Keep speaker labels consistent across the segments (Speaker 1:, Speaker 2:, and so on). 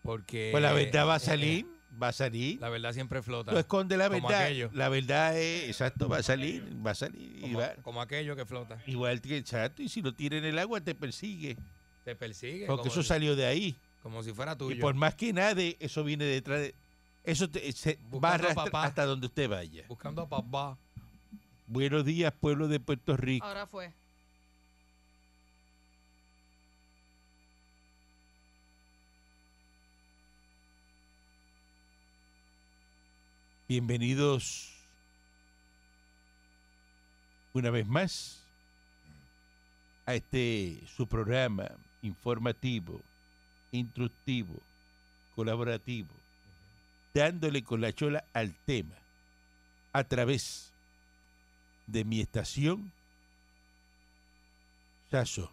Speaker 1: Porque.
Speaker 2: Pues la verdad va a
Speaker 1: eh,
Speaker 2: salir, Pues, va a salir.
Speaker 1: La verdad siempre flota.
Speaker 2: Tú escondes la
Speaker 1: Como
Speaker 2: verdad.
Speaker 1: aquello.
Speaker 2: La verdad es, exacto, va a salir, va a salir. y
Speaker 1: como,
Speaker 2: va-
Speaker 1: como aquello que flota.
Speaker 2: igual que exacto, y si lo tira en el agua te persigue.
Speaker 1: Te persigue.
Speaker 2: Porque
Speaker 1: como,
Speaker 2: eso salió de ahí.
Speaker 1: como si fuera
Speaker 2: Y
Speaker 1: tuyo.
Speaker 2: por más que nade, eso viene detrás de. Eso te, se
Speaker 1: Buscando
Speaker 2: va a
Speaker 1: a
Speaker 2: arrastrar
Speaker 1: papá.
Speaker 2: hasta donde usted vaya.
Speaker 1: Buscando a papá.
Speaker 2: Buenos días, pueblo de Puerto Rico.
Speaker 3: Ahora fue.
Speaker 2: Bienvenidos una vez más a este su programa informativo, instructivo, colaborativo, dándole con la chola al tema a través de mi estación Saso.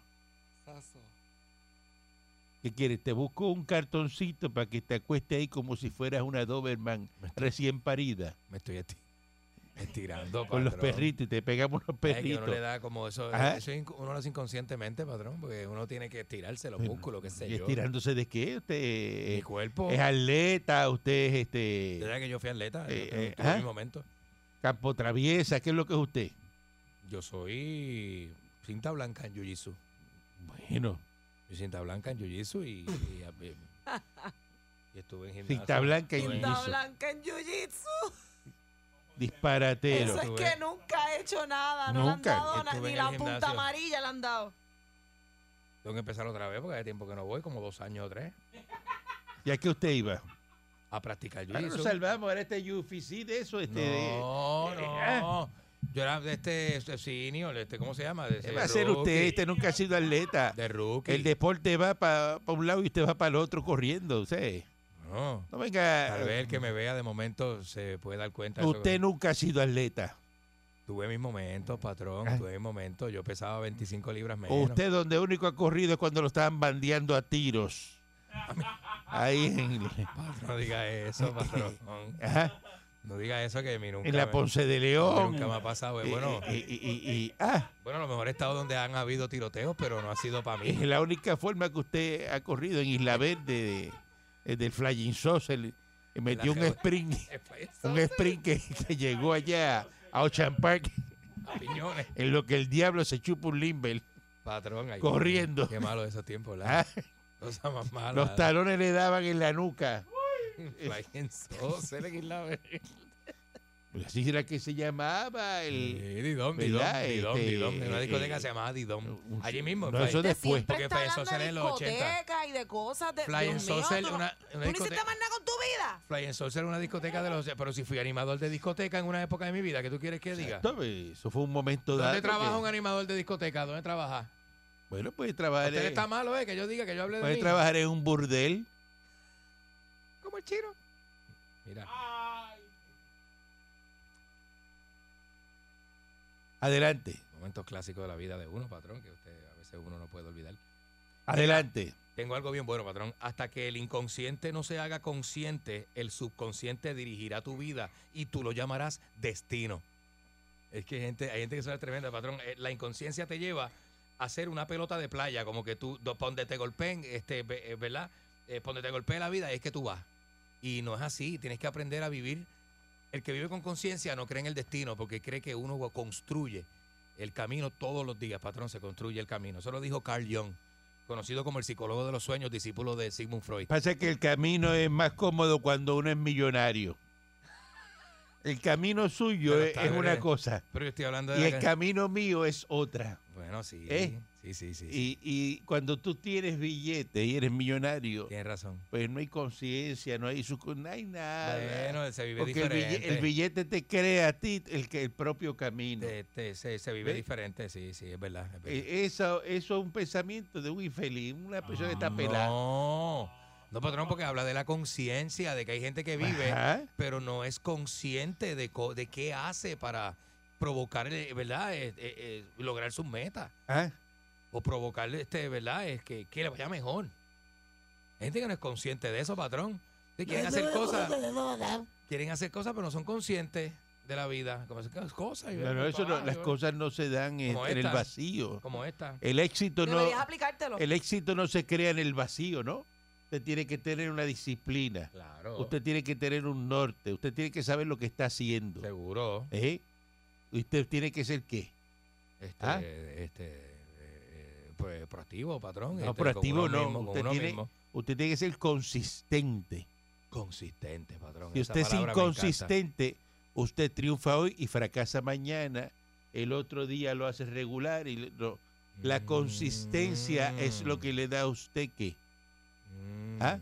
Speaker 2: ¿Qué quieres? Te busco un cartoncito para que te acueste ahí como si fueras una Doberman recién parida
Speaker 1: Me estoy esti- estirando.
Speaker 2: con los
Speaker 1: patrón.
Speaker 2: perritos y te pegamos los
Speaker 1: Ay, que
Speaker 2: perritos.
Speaker 1: uno le da como eso,
Speaker 2: Ajá.
Speaker 1: eso inc- uno lo hace inconscientemente, patrón, porque uno tiene que estirarse los
Speaker 2: Bueno,
Speaker 1: músculos, qué sé
Speaker 2: ¿Y
Speaker 1: yo.
Speaker 2: estirándose de qué?
Speaker 1: Mi
Speaker 2: Usted
Speaker 1: cuerpo.
Speaker 2: es atleta, usted es
Speaker 1: Yo
Speaker 2: este
Speaker 1: sabía que yo fui atleta, yo
Speaker 2: Eh,
Speaker 1: tuve-
Speaker 2: eh,
Speaker 1: tuve
Speaker 2: ajá.
Speaker 1: mi momento.
Speaker 2: campo traviesa, ¿qué es lo que es usted?
Speaker 1: Yo soy cinta blanca en jiu-jitsu.
Speaker 2: Bueno,
Speaker 1: Yo cinta blanca en jiu-jitsu y, y a- y- y estuve en gimnasio.
Speaker 2: cinta blanca y
Speaker 3: Tinta
Speaker 2: jiu-jitsu,
Speaker 3: blanca en jiu-jitsu.
Speaker 2: disparatero.
Speaker 3: Eso es
Speaker 1: tú
Speaker 3: que
Speaker 1: ves.
Speaker 3: nunca he hecho nada. No le
Speaker 2: Nunca.
Speaker 3: han dado na-
Speaker 1: Estuve
Speaker 3: ni
Speaker 1: en
Speaker 3: la
Speaker 1: el
Speaker 3: punta
Speaker 1: gimnasio.
Speaker 3: amarilla le han dado.
Speaker 1: Tengo que empezar otra vez porque hace tiempo que no voy, como dos años o tres,
Speaker 2: ¿Y a qué usted iba?
Speaker 1: a practicar
Speaker 2: Ahora nos
Speaker 1: jiu-jitsu.
Speaker 2: salvamos, ahora este UFC de eso, este de-
Speaker 1: no,
Speaker 2: eh,
Speaker 1: no. Yo era de este, este senior, este, ¿cómo se llama? De
Speaker 2: ¿Qué
Speaker 1: ese
Speaker 2: va a hacer usted?
Speaker 1: rookie,
Speaker 2: Este nunca ha sido atleta.
Speaker 1: De rookie.
Speaker 2: El deporte va para un lado y usted va para el otro corriendo, usted.
Speaker 1: No.
Speaker 2: No venga.
Speaker 1: Tal vez el que me vea de momento se puede dar cuenta. de eso
Speaker 2: Ah. Usted
Speaker 1: que-
Speaker 2: nunca ha sido atleta.
Speaker 1: Tuve mis momentos, patrón.
Speaker 2: Ah.
Speaker 1: Tuve mis momentos. Yo pesaba 25 libras menos.
Speaker 2: Usted donde único ha corrido es cuando lo estaban bandeando a tiros. Ahí en,
Speaker 1: No diga eso, patrón.
Speaker 2: ajá,
Speaker 1: No diga eso que a mí nunca,
Speaker 2: Ah. en la
Speaker 1: me-
Speaker 2: Ponce de
Speaker 1: a mí
Speaker 2: León.
Speaker 1: nunca me ha pasado.
Speaker 2: Eh,
Speaker 1: Bueno,
Speaker 2: eh, y- y- y- ah,
Speaker 1: bueno, a lo mejor he estado donde han habido tiroteos, pero no ha sido para
Speaker 2: es
Speaker 1: mí.
Speaker 2: la única forma que usted ha corrido en Isla Verde de- eh, del Flying Saucer. Metió un
Speaker 1: La-
Speaker 2: sprint,
Speaker 1: Pues,
Speaker 2: un
Speaker 1: Son
Speaker 2: sprint que, que llegó allá a Ocean Park
Speaker 1: piñones.
Speaker 2: en lo que el diablo se chupa un limber.
Speaker 1: Patrón. ay,
Speaker 2: Corriendo.
Speaker 1: Qué malo esos tiempos, ¿verdad?
Speaker 2: Ah,
Speaker 1: Cosa más mala.
Speaker 2: Los talones le daban en la nuca.
Speaker 1: Fláyense, oh, se le quitó la vez.
Speaker 2: Así era que se llamaba el...
Speaker 1: Sí, Didom, Didom,
Speaker 2: ¿Verdad?
Speaker 1: Didom,
Speaker 2: Este,
Speaker 1: Didom. En una
Speaker 2: eh,
Speaker 1: discoteca
Speaker 2: eh,
Speaker 1: se llamaba Didom.
Speaker 2: un-
Speaker 1: Allí mismo. en
Speaker 2: No,
Speaker 1: Fly-
Speaker 2: eso después.
Speaker 3: Porque
Speaker 1: Porque
Speaker 3: está
Speaker 1: empezó a
Speaker 3: hablando
Speaker 1: ser
Speaker 3: de
Speaker 1: en los 80.
Speaker 3: discoteca y de cosas de
Speaker 1: Flying
Speaker 3: Dios mío,
Speaker 1: Saucer,
Speaker 3: tú no-
Speaker 1: una- una
Speaker 3: tú no hiciste
Speaker 1: discoteca-
Speaker 3: más nada con tu vida.
Speaker 1: Fly and Saucer era una discoteca de los... Pero si fui animador de discoteca en una época de mi vida, ¿qué tú quieres que diga?
Speaker 2: Exacto, eh, Eso fue un momento dado.
Speaker 1: ¿Dónde
Speaker 2: que-
Speaker 1: trabaja un animador de discoteca? ¿Dónde trabaja?
Speaker 2: Bueno, puede trabajar,
Speaker 1: Usted
Speaker 2: en-
Speaker 1: está malo, ¿eh? Que yo diga que yo hable de
Speaker 2: puede
Speaker 1: mí.
Speaker 2: trabajar en un burdel.
Speaker 1: Como el chino. Mira.
Speaker 2: Adelante,
Speaker 1: Momentos clásicos de la vida de uno, patrón, que usted a veces uno no puede olvidar.
Speaker 2: adelante.
Speaker 1: Tengo algo bien bueno, patrón. Hasta que el inconsciente no se haga consciente, el subconsciente dirigirá tu vida y tú lo llamarás destino. Es que hay gente, hay gente que suena tremenda, patrón. Eh, La inconsciencia te lleva a ser una pelota de playa, como que tú, do- pa' donde te golpeen, este, ve- eh, ¿verdad? Eh, pa' donde te golpee la vida, es que tú vas. Y no es así, tienes que aprender a vivir. El que vive con conciencia no cree en el destino, porque cree que uno construye el camino todos los días, patrón, se construye el camino. Eso lo dijo Carl Jung conocido como el psicólogo de los sueños, discípulo de Sigmund Freud.
Speaker 2: Pasa que el camino es más cómodo cuando uno es millonario. El camino suyo
Speaker 1: Pero
Speaker 2: es,
Speaker 1: está
Speaker 2: es una
Speaker 1: breve.
Speaker 2: cosa
Speaker 1: Pero yo estoy hablando de...
Speaker 2: y
Speaker 1: la
Speaker 2: el
Speaker 1: can-
Speaker 2: camino mío es otra.
Speaker 1: Bueno, sí.
Speaker 2: ¿Eh?
Speaker 1: Sí, sí, sí.
Speaker 2: Y,
Speaker 1: sí.
Speaker 2: y cuando tú tienes billete y eres millonario,
Speaker 1: Tienes razón.
Speaker 2: pues no hay conciencia, no hay, su- no hay nada.
Speaker 1: Bueno, se vive
Speaker 2: Porque el bille- el
Speaker 1: diferente.
Speaker 2: billete, te crea a ti el, que- el propio camino.
Speaker 1: Te- te- se, se vive
Speaker 2: ¿Ve?
Speaker 1: diferente, sí, sí, es verdad. es verdad.
Speaker 2: Eh, Eso, eso es un pensamiento de un infeliz, una persona que está pelada.
Speaker 1: no, no, patrón, porque habla de la conciencia, de que hay gente que vive,
Speaker 2: Ajá.
Speaker 1: pero no es consciente de, co- de qué hace para provocar, eh, ¿verdad? Eh, eh, eh, lograr sus metas.
Speaker 2: Ah,
Speaker 1: o provocarle este, ¿verdad? Es que, que le vaya mejor. Hay gente que no es consciente de eso, patrón. Que quieren hacer cosas, quieren hacer cosas, pero no son conscientes de la vida. Como hacer cosas. y ver
Speaker 2: Pero
Speaker 1: por
Speaker 2: eso no-
Speaker 1: abajo,
Speaker 2: las
Speaker 1: y ver
Speaker 2: cosas no se dan en,
Speaker 1: Como
Speaker 2: en el
Speaker 1: esta.
Speaker 2: vacío.
Speaker 1: Como esta.
Speaker 2: El éxito no,
Speaker 3: Deberías aplicártelo.
Speaker 2: el éxito no se crea en el vacío, ¿no? Usted tiene que tener una disciplina.
Speaker 1: Claro.
Speaker 2: Usted tiene que tener un norte. Usted tiene que saber lo que está haciendo.
Speaker 1: seguro.
Speaker 2: ¿eh? Usted tiene que ser qué?
Speaker 1: Este,
Speaker 2: ¿Ah?
Speaker 1: este, eh, pues, proactivo, patrón.
Speaker 2: No,
Speaker 1: este,
Speaker 2: proactivo
Speaker 1: con uno
Speaker 2: no.
Speaker 1: mismo, con
Speaker 2: usted,
Speaker 1: uno
Speaker 2: tiene,
Speaker 1: mismo.
Speaker 2: usted tiene que ser consistente.
Speaker 1: Consistente, patrón.
Speaker 2: Si
Speaker 1: esa
Speaker 2: usted es
Speaker 1: palabra me encanta.
Speaker 2: inconsistente, usted triunfa hoy y fracasa mañana. El otro día lo hace regular y lo- la consistencia es lo que le da a usted que
Speaker 1: Mm.
Speaker 2: ¿Ah?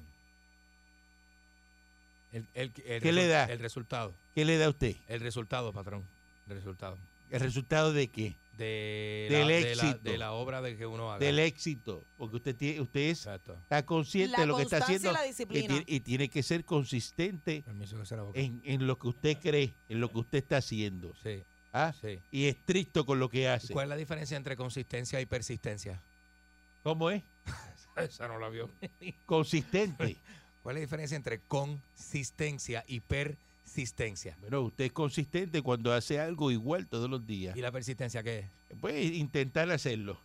Speaker 1: El- el- el
Speaker 2: ¿Qué le
Speaker 1: resu-
Speaker 2: da?
Speaker 1: El resultado.
Speaker 2: ¿Qué le da a usted?
Speaker 1: El resultado, patrón. El resultado.
Speaker 2: ¿El resultado de qué?
Speaker 1: De
Speaker 2: Del
Speaker 1: la, de, la,
Speaker 2: éxito.
Speaker 1: de la obra de que uno haga.
Speaker 2: Del éxito. Porque usted tiene, usted es,
Speaker 1: Exacto.
Speaker 2: está consciente
Speaker 3: La
Speaker 2: de lo que está
Speaker 3: constancia y
Speaker 2: haciendo
Speaker 3: la
Speaker 2: y
Speaker 3: disciplina.
Speaker 2: tiene, y tiene que ser consistente
Speaker 1: Permiso que se la boca.
Speaker 2: en, en lo que usted cree, en lo que usted está haciendo.
Speaker 1: Sí,
Speaker 2: ¿ah?
Speaker 1: sí.
Speaker 2: Y estricto con lo que hace.
Speaker 1: ¿Cuál es la diferencia entre consistencia y persistencia?
Speaker 2: ¿Cómo es?
Speaker 1: Esa no la vio.
Speaker 2: Consistente.
Speaker 1: ¿Cuál es la diferencia entre consistencia y persistencia?
Speaker 2: bueno, usted es consistente cuando hace algo igual todos los días.
Speaker 1: ¿Y la persistencia qué es?
Speaker 2: Puede intentar hacerlo.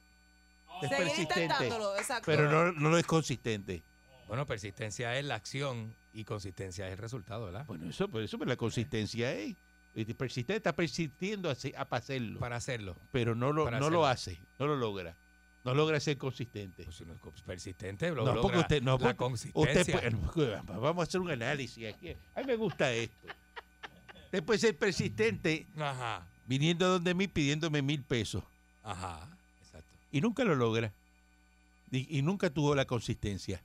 Speaker 2: Es
Speaker 3: Seguir
Speaker 2: persistente.
Speaker 3: intentándolo, exacto.
Speaker 2: Pero no, no es consistente.
Speaker 1: Bueno, persistencia es la acción y consistencia es el resultado, ¿verdad?
Speaker 2: Bueno, eso, por eso pues, la consistencia es. Y Persistente está persistiendo a, hacer- a hacerlo.
Speaker 1: Para hacerlo.
Speaker 2: pero no lo,
Speaker 1: para
Speaker 2: no lo
Speaker 1: hacerlo.
Speaker 2: hace, no lo logra. No logra ser consistente.
Speaker 1: Pues si no es cons- persistente, lo
Speaker 2: no,
Speaker 1: logra
Speaker 2: porque usted no.
Speaker 1: la
Speaker 2: porque
Speaker 1: consistencia.
Speaker 2: Usted, puede- vamos a hacer un análisis aquí. A mí me gusta esto. Usted puede ser persistente
Speaker 1: Ajá,
Speaker 2: viniendo donde mí pidiéndome mil pesos
Speaker 1: ajá, exacto.
Speaker 2: y nunca lo logra. Y, y nunca tuvo la consistencia.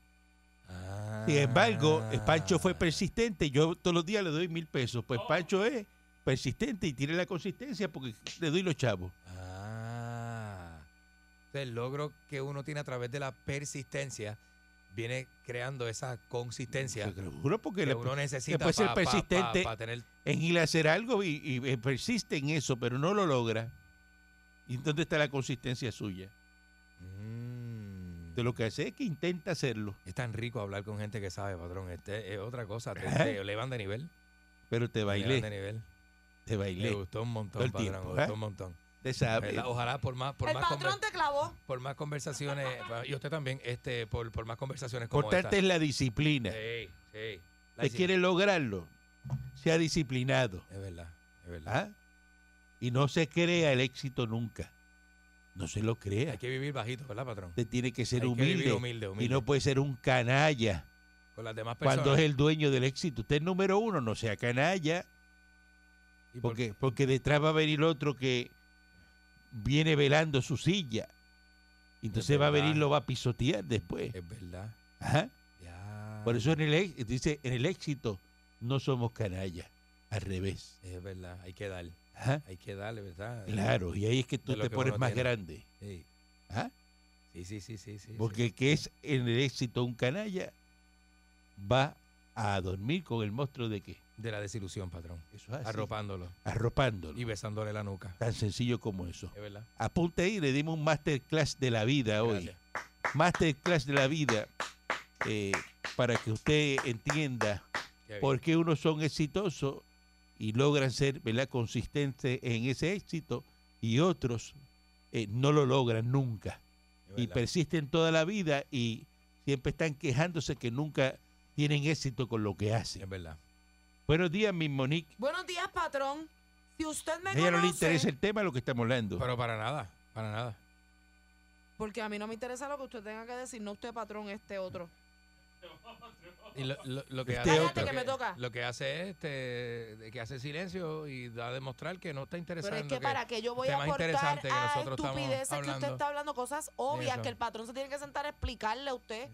Speaker 1: Ah.
Speaker 2: Sin embargo, eh, Pancho fue persistente. Yo todos los días le doy mil pesos. Pues
Speaker 1: Oh.
Speaker 2: Pancho es persistente y tiene la consistencia porque le doy los chavos.
Speaker 1: Ah. O sea, El logro que uno tiene a través de la persistencia viene creando esa consistencia
Speaker 2: Yo te lo juro porque
Speaker 1: que
Speaker 2: le,
Speaker 1: uno necesita
Speaker 2: puede ser
Speaker 1: pa- pa- pa-
Speaker 2: persistente.
Speaker 1: pa tener
Speaker 2: en ir a hacer algo y, y, eh, persiste en eso, pero no lo logra. ¿Y dónde está la consistencia suya?
Speaker 1: Mm.
Speaker 2: De lo que hace es que intenta hacerlo,
Speaker 1: Es tan rico hablar con gente que sabe, patrón. Este es otra cosa. Te,
Speaker 2: ¿Eh?
Speaker 1: te elevan de nivel.
Speaker 2: pero te
Speaker 1: te elevan de
Speaker 2: bailé,
Speaker 1: nivel.
Speaker 2: te
Speaker 1: Me
Speaker 2: bailé.
Speaker 1: gustó un montón,
Speaker 2: Todo el
Speaker 1: patrón.
Speaker 2: tiempo,
Speaker 1: me gustó
Speaker 2: ¿eh?
Speaker 1: un montón.
Speaker 2: Te sabe.
Speaker 1: ¿Verdad? Ojalá por más, por
Speaker 3: el
Speaker 1: más
Speaker 3: patrón
Speaker 1: conver-
Speaker 3: te clavó.
Speaker 1: por más conversaciones, pa- y usted también, este, por, por más conversaciones como
Speaker 2: Importante es la disciplina.
Speaker 1: esta. Sí, sí. La
Speaker 2: Te
Speaker 1: disciplina.
Speaker 2: quiere lograrlo, sea disciplinado
Speaker 1: Es verdad, es verdad.
Speaker 2: ¿ah? y no se crea el éxito nunca. No se lo crea.
Speaker 1: Hay que vivir bajito, ¿verdad, patrón?
Speaker 2: Usted tiene que
Speaker 1: Hay
Speaker 2: ser
Speaker 1: que vivir
Speaker 2: humilde,
Speaker 1: humilde, humilde.
Speaker 2: y no puede ser un canalla
Speaker 1: Con las demás personas.
Speaker 2: cuando es el dueño del éxito. Usted es número uno, no sea canalla,
Speaker 1: Y por-
Speaker 2: porque, porque detrás va a venir otro que viene velando su silla. Y Entonces va a
Speaker 1: verdad.
Speaker 2: venir y lo va a pisotear después.
Speaker 1: Es verdad.
Speaker 2: Ajá.
Speaker 1: Ya.
Speaker 2: Por eso en el, ex- dice, en el éxito no somos canallas, al revés.
Speaker 1: Es verdad. Hay que dar.
Speaker 2: Ajá.
Speaker 1: Hay que darle, ¿verdad?
Speaker 2: Claro, y ahí es que tú
Speaker 1: De lo
Speaker 2: te
Speaker 1: que
Speaker 2: pones
Speaker 1: uno
Speaker 2: más
Speaker 1: tiene.
Speaker 2: grande.
Speaker 1: Sí,
Speaker 2: Ajá.
Speaker 1: sí, sí, sí. sí, sí, sí.
Speaker 2: Porque el que es en el éxito un canalla va a dormir con el monstruo de qué.
Speaker 1: De la desilusión, patrón.
Speaker 2: Eso es así.
Speaker 1: Arropándolo
Speaker 2: Arropándolo.
Speaker 1: y besándole la nuca.
Speaker 2: Tan sencillo como eso.
Speaker 1: Es verdad.
Speaker 2: Apunte ahí, le dimos un masterclass de la vida hoy.
Speaker 1: Gracias.
Speaker 2: Masterclass de la vida eh, para que usted entienda
Speaker 1: Qué bien.
Speaker 2: por qué unos son exitosos y logran ser ¿verdad? consistentes en ese éxito y otros eh, no lo logran nunca
Speaker 1: Es
Speaker 2: y
Speaker 1: verdad.
Speaker 2: persisten toda la vida y siempre están quejándose que nunca tienen éxito con lo que hacen.
Speaker 1: Es verdad.
Speaker 2: Buenos días, mi Monique.
Speaker 3: Buenos días, patrón. Si usted me
Speaker 2: A ella no le
Speaker 3: conoce,
Speaker 2: interesa el tema de lo que estamos hablando.
Speaker 1: Pero para nada, para nada.
Speaker 3: porque a mí no me interesa lo que usted tenga que decir, no usted, patrón, este otro.
Speaker 1: Y lo, lo- lo que
Speaker 2: Este
Speaker 1: hace,
Speaker 2: otro.
Speaker 1: lo
Speaker 3: Cállate que me toca.
Speaker 1: lo que hace es este, de que hace silencio y da a demostrar que no está interesado.
Speaker 3: Pero es que para que yo voy
Speaker 1: esté
Speaker 3: a
Speaker 1: más
Speaker 3: aportar
Speaker 1: interesante que
Speaker 3: a
Speaker 1: nosotros estamos
Speaker 3: estupideces que usted
Speaker 1: hablando.
Speaker 3: está hablando, cosas obvias
Speaker 1: Eso.
Speaker 3: que el patrón se tiene que sentar a explicarle a usted.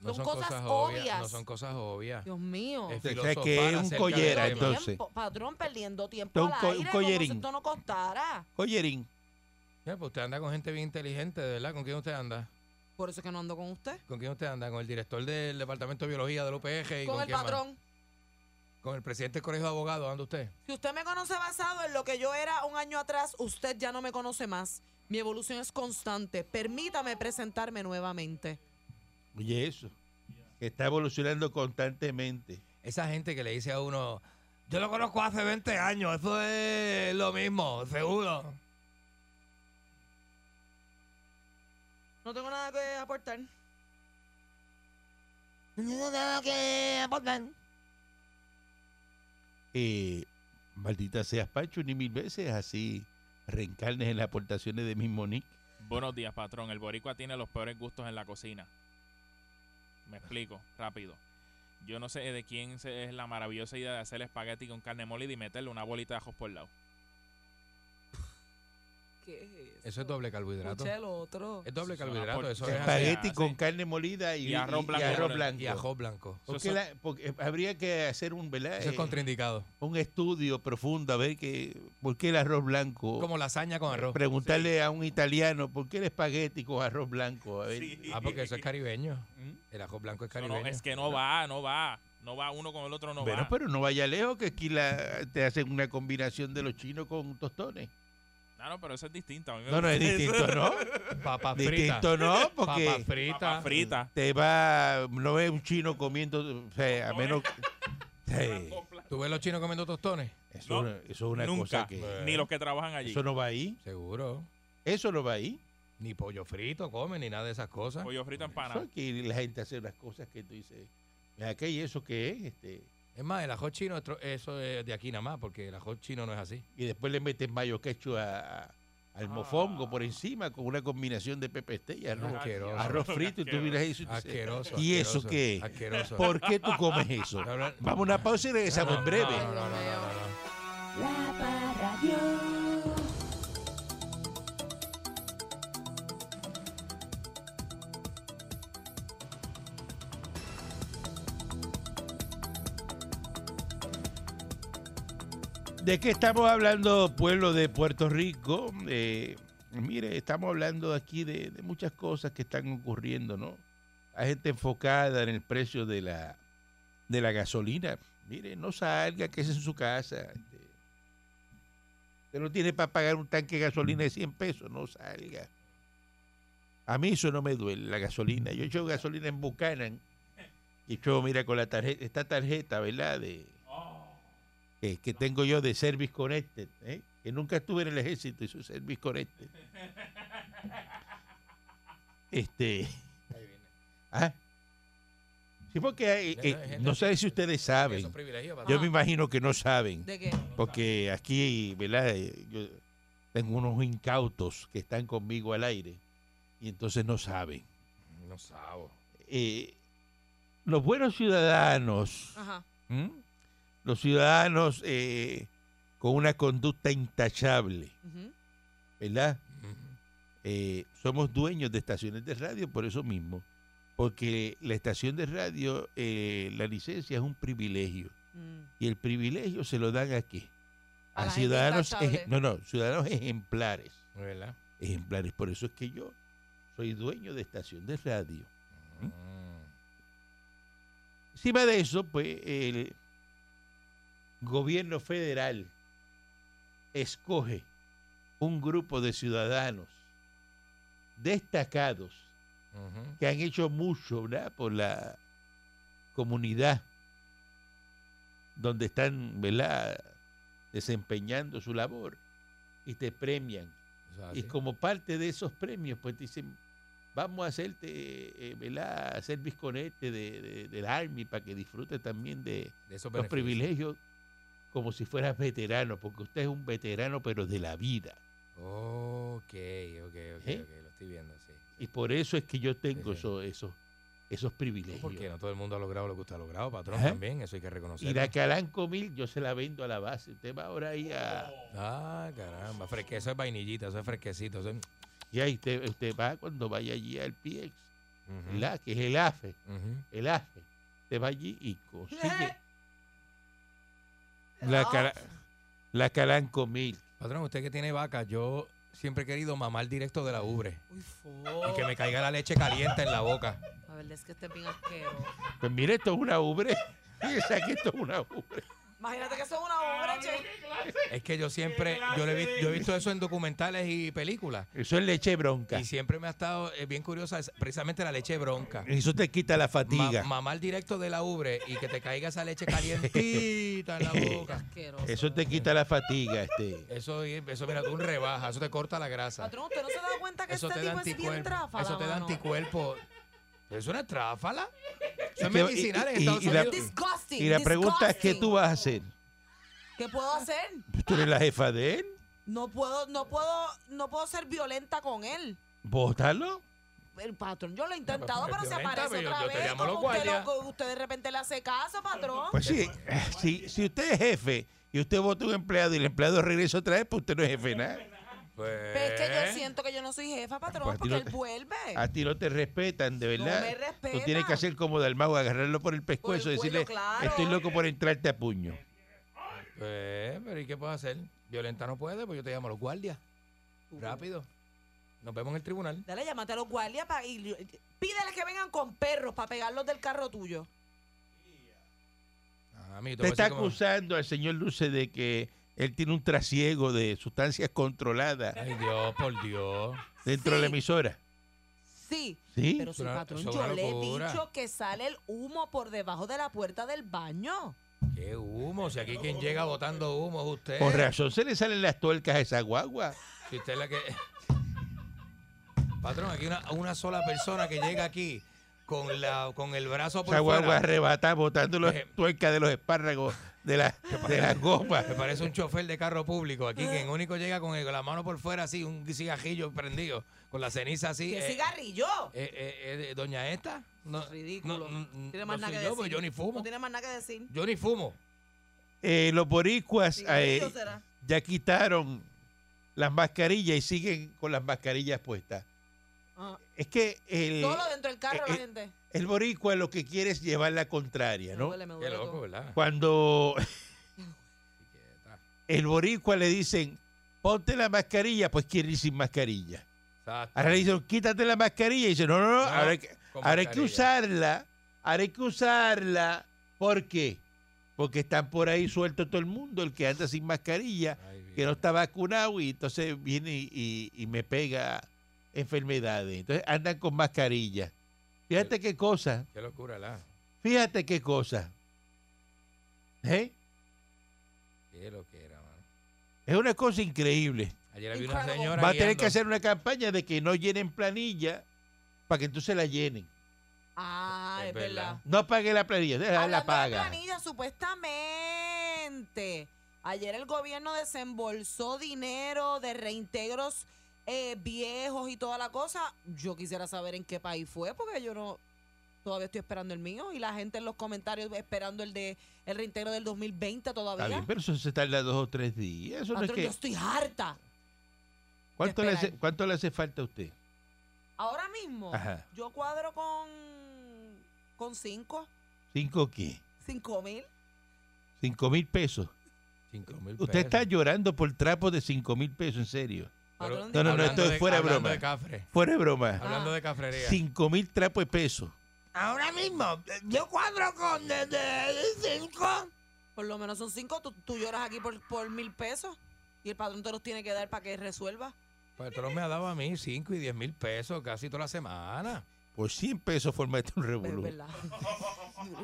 Speaker 1: no
Speaker 3: son
Speaker 1: son
Speaker 3: cosas
Speaker 1: cosas, obvias,
Speaker 3: obvias.
Speaker 1: No son cosas obvias.
Speaker 3: Dios mío.
Speaker 1: Es
Speaker 2: O sea, que
Speaker 1: filosofar
Speaker 2: es un
Speaker 1: acerca del
Speaker 2: collera,
Speaker 1: tema.
Speaker 3: Perdiendo
Speaker 2: entonces.
Speaker 3: tiempo, patrón, perdiendo tiempo
Speaker 2: Don
Speaker 3: al
Speaker 2: Co-
Speaker 3: aire, como si
Speaker 2: Collerín.
Speaker 3: esto no costara.
Speaker 2: Oyerín,
Speaker 1: Ya, pues usted anda con gente bien inteligente, de verdad. ¿Con quién usted anda?
Speaker 3: Por eso es que no ando con usted.
Speaker 1: ¿Con quién usted anda? ¿Con el director del Departamento de Biología del UPG? ¿Y
Speaker 3: Con, el
Speaker 1: quién más?
Speaker 3: patrón.
Speaker 1: ¿Con el presidente del Colegio de Abogados anda usted?
Speaker 3: Si usted me conoce basado en lo que yo era un año atrás, usted ya no me conoce más. Mi evolución es constante. Permítame presentarme nuevamente.
Speaker 2: oye eso, que está evolucionando constantemente.
Speaker 1: Esa gente que le dice a uno, yo lo conozco hace 20 años, eso es lo mismo, seguro.
Speaker 3: No tengo nada que aportar.
Speaker 2: Eh, maldita seas, Pacho, ni mil veces así reencarnes en las aportaciones de mi Monique.
Speaker 4: Buenos días, patrón. El boricua tiene los peores gustos en la cocina. Me explico, rápido. Yo no sé de quién se- es la maravillosa idea de hacer espagueti con carne molida y meterle una bolita de ajos por lado.
Speaker 3: ¿Qué es
Speaker 1: Eso es doble carbohidrato.
Speaker 3: Escuché el otro.
Speaker 1: Es doble
Speaker 4: Eso es una
Speaker 1: carbohidrato, eso es
Speaker 4: porquería.
Speaker 1: así.
Speaker 2: Espagueti
Speaker 4: así.
Speaker 2: con carne molida y,
Speaker 4: Y arroz blanco.
Speaker 1: Y ajo blanco.
Speaker 2: ¿Por
Speaker 4: Eso
Speaker 2: qué
Speaker 4: es-
Speaker 2: la- porque habría que hacer un, ¿verdad?
Speaker 1: Eso es
Speaker 2: Eh,
Speaker 1: contraindicado.
Speaker 2: un estudio profundo a ver que, por qué el arroz blanco.
Speaker 1: Como lasaña con arroz.
Speaker 2: Preguntarle a un italiano por qué el espagueti con arroz blanco. A ver.
Speaker 1: Ah, porque eso es caribeño.
Speaker 4: ¿Mm?
Speaker 1: El ajo blanco es
Speaker 4: Eso no-
Speaker 1: caribeño.
Speaker 4: es que no va, no va. No va uno con el otro, no
Speaker 2: bueno,
Speaker 4: va.
Speaker 2: pero no vaya lejos que aquí la, te hacen una combinación de los chinos con tostones.
Speaker 4: Ah, No, no, pero eso es distinto. A mí me
Speaker 2: No, no es
Speaker 4: gusta
Speaker 2: distinto,
Speaker 4: eso.
Speaker 2: ¿no?
Speaker 1: Papas fritas.
Speaker 2: Distinto no,
Speaker 1: Papas
Speaker 2: porque
Speaker 4: Papas
Speaker 1: fritas.
Speaker 4: fritas.
Speaker 2: te va, no es un chino comiendo, o sea, a menos, sí,
Speaker 1: ¿Tú ves los chinos comiendo tostones?
Speaker 2: eso,
Speaker 4: No,
Speaker 2: eso es una cosa
Speaker 4: Nunca.
Speaker 2: que,
Speaker 4: Ni los que trabajan allí.
Speaker 2: eso no va ahí,
Speaker 1: Seguro.
Speaker 2: eso no va ahí.
Speaker 1: Ni pollo frito comen, ni nada de esas cosas.
Speaker 4: Pollo frito empanado.
Speaker 2: Eso aquí la gente hace unas cosas que tú dices, "Mira, ¿qué y eso que es? Este,
Speaker 1: Es más, el ajo chino, esto- eso es de aquí nada más, porque el ajo chino no es así.
Speaker 2: y después le meten mayo quechu a, a-
Speaker 4: Ah.
Speaker 2: al mofongo por encima con una combinación de pepe y arroz,
Speaker 1: Asqueroso.
Speaker 2: arroz frito y tú miras eso y tú dices,
Speaker 1: Asqueroso.
Speaker 2: ¿Y
Speaker 1: asqueroso,
Speaker 2: eso qué?
Speaker 1: Asqueroso.
Speaker 2: ¿por qué tú comes eso?
Speaker 1: Hablar-
Speaker 2: Vamos a una pausa y regresamos en breve.
Speaker 1: No, no, no, no, no, no.
Speaker 5: La Parradio.
Speaker 2: ¿De qué estamos hablando, pueblo de Puerto Rico? Eh, mire, estamos hablando aquí de, de muchas cosas que están ocurriendo, ¿no? Hay gente enfocada en el precio de la, de la gasolina. Mire, no salga, que es en su casa. Este, Usted no tiene para pagar un tanque de gasolina de 100 pesos, no salga. A mí eso no me duele, la gasolina. Yo echo gasolina en Buchanan. Y yo, mira, con la tarjeta, esta tarjeta, ¿verdad? De, eh, que tengo yo de Service Connected, ¿eh? que nunca estuve en el ejército y soy Service Connected. Este. Ah. Sí, porque hay-
Speaker 1: Ya,
Speaker 2: eh,
Speaker 1: ya, gente
Speaker 2: no sé
Speaker 1: así,
Speaker 2: si ustedes
Speaker 1: Eso Ah.
Speaker 2: saben.
Speaker 1: es privilegio, patrón.
Speaker 2: Yo me imagino que no saben.
Speaker 3: ¿De qué?
Speaker 2: Porque aquí, ¿verdad? Eh, yo- Tengo unos incautos que están conmigo al aire y entonces no saben.
Speaker 1: No sabo.
Speaker 2: Eh, los buenos ciudadanos,
Speaker 3: Ajá.
Speaker 2: ¿m? los ciudadanos eh, con una conducta intachable,
Speaker 3: ujú.
Speaker 2: ¿verdad? eh, somos dueños de estaciones de radio por eso mismo, porque la estación de radio, eh, la licencia es un privilegio
Speaker 3: Mm.
Speaker 2: y el privilegio se lo dan aquí
Speaker 3: A
Speaker 2: a,
Speaker 3: la gente
Speaker 2: ciudadanos,
Speaker 3: intachable.
Speaker 2: eje- no, no, ciudadanos ejemplares,
Speaker 1: ¿Verdad?
Speaker 2: ejemplares. Por eso es que yo soy dueño de estación de radio.
Speaker 1: Mm.
Speaker 2: Encima de eso, pues el gobierno federal escoge un grupo de ciudadanos destacados
Speaker 1: Ujú.
Speaker 2: que han hecho mucho ¿verdad? por la comunidad donde están ¿verdad? desempeñando su labor y te premian.
Speaker 1: Eso es
Speaker 2: y
Speaker 1: así.
Speaker 2: como parte de esos premios, pues te dicen, vamos a hacerte, eh, ¿verdad? hacer bizconete de, de- del Army para que disfrutes también de
Speaker 1: De
Speaker 2: los
Speaker 1: esos beneficios.
Speaker 2: privilegios como si fueras veterano, porque usted es un veterano, pero de la vida.
Speaker 1: Ok, ok, ok,
Speaker 2: ¿Eh?
Speaker 1: ok, lo estoy viendo, sí.
Speaker 2: Y por eso es que yo tengo
Speaker 1: Sí, sí.
Speaker 2: esos, esos, esos privilegios.
Speaker 1: Porque no todo el mundo ha logrado lo que usted ha logrado, patrón,
Speaker 2: Ajá.
Speaker 1: también, eso hay que
Speaker 2: ¿Eh? Y
Speaker 1: reconocerlo.
Speaker 2: la Calanco Mil yo se la vendo a la base. Usted va ahora ahí a...
Speaker 1: Ah, caramba, fresque, eso es vainillita, eso es fresquecito, eso es...
Speaker 2: Y ahí usted, usted va cuando vaya allí al PX,
Speaker 1: Ujú,
Speaker 2: ¿verdad? que es el AFE,
Speaker 1: ujú.
Speaker 2: el AFE. Usted va allí y consigue la, cara, la Calanco Mil.
Speaker 1: Patrón, usted que tiene vaca, yo siempre he querido mamar directo de la ubre
Speaker 3: Uy, fo.
Speaker 1: y que me caiga la leche caliente en la boca.
Speaker 3: La verdad es que este es bien asqueroso.
Speaker 2: Pues mire, esto es una ubre. Piensa que esto es una ubre.
Speaker 3: Imagínate que son una obra, che.
Speaker 1: Es que yo siempre, yo, le he vi- yo he visto eso en documentales y películas.
Speaker 2: Eso es leche bronca.
Speaker 1: Y siempre me ha estado eh, bien curiosa es precisamente la leche bronca.
Speaker 2: Eso te quita la
Speaker 1: Ma-
Speaker 2: fatiga.
Speaker 1: mamar directo de la ubre y que te caiga esa leche calientita en la
Speaker 2: Eh.
Speaker 1: boca.
Speaker 3: Asqueroso.
Speaker 2: Eso te quita la fatiga, este.
Speaker 1: Eso, eso mira, tú rebaja, eso te corta la grasa.
Speaker 3: Patrón, ¿usted no se da cuenta que
Speaker 1: Eso
Speaker 3: este
Speaker 1: te da
Speaker 3: tipo es bien
Speaker 1: anticuerpo.
Speaker 3: tráfala,
Speaker 1: Eso te da
Speaker 3: mano?
Speaker 1: anticuerpo. Pero es una tráfala.
Speaker 2: Y
Speaker 1: Eso es
Speaker 2: que-
Speaker 1: medicinal en
Speaker 2: y- y-
Speaker 1: Estados
Speaker 2: y la-
Speaker 1: Unidos.
Speaker 3: Disgusting.
Speaker 2: Y la pregunta es, ¿qué
Speaker 3: disgusting.
Speaker 2: tú vas a hacer?
Speaker 3: ¿Qué puedo hacer?
Speaker 2: ¿Tú eres la jefa de él?
Speaker 3: No puedo, no puedo, no puedo ser violenta con él.
Speaker 2: ¿Vótalo?
Speaker 3: El patrón, yo lo he intentado,
Speaker 1: pero
Speaker 3: pero se
Speaker 1: violenta,
Speaker 3: aparece
Speaker 1: pero
Speaker 3: otra
Speaker 1: yo te
Speaker 3: vez.
Speaker 1: llamo a los
Speaker 3: como usted,
Speaker 1: guardias.
Speaker 3: lo- usted de repente le hace caso, patrón.
Speaker 2: Pues sí, si, si usted es jefe y usted vota un empleado y el empleado regresa otra vez, pues usted no es jefe de nada.
Speaker 1: Pues,
Speaker 3: Pero es que yo siento que yo no soy jefa, patrón,
Speaker 2: Pues a ti
Speaker 3: porque
Speaker 2: no
Speaker 3: él
Speaker 2: te-
Speaker 3: vuelve.
Speaker 2: A ti no te respetan, de
Speaker 3: No
Speaker 2: verdad.
Speaker 3: me respetan.
Speaker 2: Tú tienes que hacer como Dalmau, agarrarlo por el
Speaker 3: Por el
Speaker 2: pescuezo y
Speaker 3: cuello,
Speaker 2: decirle,
Speaker 3: claro.
Speaker 2: estoy loco por entrarte a puño.
Speaker 1: pues, pero ¿y qué puedo hacer? Violenta no puede, pues yo te llamo a los guardias. Rápido. Nos vemos en el tribunal.
Speaker 3: Dale, llámate a los guardias pa- y y- pídele que vengan con perros para pegarlos del carro tuyo.
Speaker 1: Ah, mí,
Speaker 2: Te está acusando al señor Luce de que él tiene un trasiego de sustancias controladas
Speaker 1: Ay, Dios, por Dios.
Speaker 2: dentro de la
Speaker 3: Sí.
Speaker 2: emisora.
Speaker 3: Sí.
Speaker 2: ¿Sí?
Speaker 3: Pero si
Speaker 1: Pero
Speaker 3: patrón,
Speaker 1: eso es
Speaker 3: yo
Speaker 1: una
Speaker 3: le he
Speaker 1: locura.
Speaker 3: dicho que sale el humo por debajo de la puerta del baño.
Speaker 1: Qué humo. Si aquí quien llega botando humo es usted.
Speaker 2: Con razón se le salen las tuercas a esa guagua.
Speaker 1: Si usted es la que. Patrón, aquí una, una sola persona que llega aquí con, la, con el brazo por
Speaker 2: Esa
Speaker 1: fuera.
Speaker 2: guagua arrebata botando las
Speaker 1: Eh.
Speaker 2: tuercas de los espárragos, de, la, de las gomas.
Speaker 1: Me parece un chofer de carro público aquí, que en único llega con, el- con la mano por fuera así, un cigajillo prendido, con la ceniza así.
Speaker 3: ¡Qué
Speaker 1: eh,
Speaker 3: cigarrillo!
Speaker 1: eh, eh, eh, Doña esta. No,
Speaker 3: Ridículo.
Speaker 1: no, no,
Speaker 3: tiene
Speaker 1: no
Speaker 3: más nada
Speaker 1: soy
Speaker 3: que
Speaker 1: yo,
Speaker 3: decir.
Speaker 1: pues yo ni fumo.
Speaker 3: No tiene más nada que decir.
Speaker 1: Yo ni fumo.
Speaker 2: Eh, los boricuas
Speaker 3: Pues,
Speaker 2: eh,
Speaker 3: Cigarrillo será.
Speaker 2: ya quitaron las mascarillas y siguen con las mascarillas puestas.
Speaker 3: Ah.
Speaker 2: Es que el,
Speaker 3: Solo dentro del carro
Speaker 2: eh,
Speaker 3: la
Speaker 2: eh,
Speaker 3: gente.
Speaker 2: el boricua lo que quiere es llevar la contraria,
Speaker 3: Me
Speaker 2: ¿no?
Speaker 3: duele, me
Speaker 1: Qué
Speaker 3: duele
Speaker 1: loco,
Speaker 3: todo.
Speaker 2: pues.
Speaker 1: ¿verdad?
Speaker 2: Cuando el boricua le dicen, ponte la mascarilla, pues quiere ir sin mascarilla.
Speaker 1: Exacto.
Speaker 2: Ahora le dicen, quítate la mascarilla. Y dice, no, no, no,
Speaker 1: No,
Speaker 2: ahora, hay que-
Speaker 1: con
Speaker 2: ahora hay que
Speaker 1: mascarilla.
Speaker 2: usarla, ahora hay que usarla. ¿Por qué? Porque están por ahí suelto todo el mundo, el que anda sin mascarilla.
Speaker 1: Ay, bien.
Speaker 2: que no está vacunado y entonces viene y, y- y me pega enfermedades. Entonces andan con mascarilla. Fíjate qué cosa,
Speaker 1: Qué locura, ¿verdad?
Speaker 2: fíjate qué cosa. ¿Eh?
Speaker 1: Qué lo que era, mano.
Speaker 2: Es una cosa increíble.
Speaker 1: Ayer había una
Speaker 3: Incredible.
Speaker 1: señora.
Speaker 2: Va a tener que
Speaker 1: guiando.
Speaker 2: hacer una campaña de que no llenen planilla para que entonces la llenen.
Speaker 3: Ah,
Speaker 1: Es
Speaker 3: es,
Speaker 1: verdad.
Speaker 3: verdad.
Speaker 2: No pague la planilla, déjala
Speaker 3: Hablando
Speaker 2: la
Speaker 3: de
Speaker 2: paga.
Speaker 3: planilla, supuestamente Ayer el gobierno desembolsó dinero de reintegros eh, viejos y toda la cosa. Yo quisiera saber en qué país fue, porque yo no todavía estoy esperando el mío y la gente en los comentarios esperando el de el reintegro del 2020
Speaker 2: Está bien,
Speaker 3: todavía.
Speaker 2: pero eso se tarda dos o tres días. Eso no es
Speaker 3: Patrón,
Speaker 2: que,
Speaker 3: yo estoy harta.
Speaker 2: ¿cuánto, le hace,
Speaker 3: esperar.
Speaker 2: ¿Cuánto le hace falta a usted?
Speaker 3: Ahora mismo
Speaker 2: Ajá.
Speaker 3: yo cuadro con con cinco,
Speaker 2: ¿Cinco qué?
Speaker 3: cinco mil.
Speaker 2: ¿Cinco mil pesos?
Speaker 1: Cinco mil
Speaker 2: Usted está
Speaker 1: pesos.
Speaker 2: llorando por trapos de cinco mil pesos, en serio.
Speaker 1: Pero-
Speaker 3: Patrón,
Speaker 2: No, no, no,
Speaker 1: hablando
Speaker 2: esto es
Speaker 1: de-
Speaker 2: fuera de
Speaker 1: hablando
Speaker 2: broma.
Speaker 1: de cafre,
Speaker 2: Fuera de broma.
Speaker 1: hablando
Speaker 3: Ah.
Speaker 1: de cafrería.
Speaker 2: Cinco mil trapos de pesos.
Speaker 3: Por lo menos son cinco. Tú, tú lloras aquí por, por mil pesos y el patrón te los tiene que dar para que resuelva.
Speaker 1: Patrón Pues me ha dado a mí 5 y 10 mil pesos casi toda la semana.
Speaker 2: Por 100 pesos formate un
Speaker 3: Pero,
Speaker 2: revolú.
Speaker 3: ¿verdad?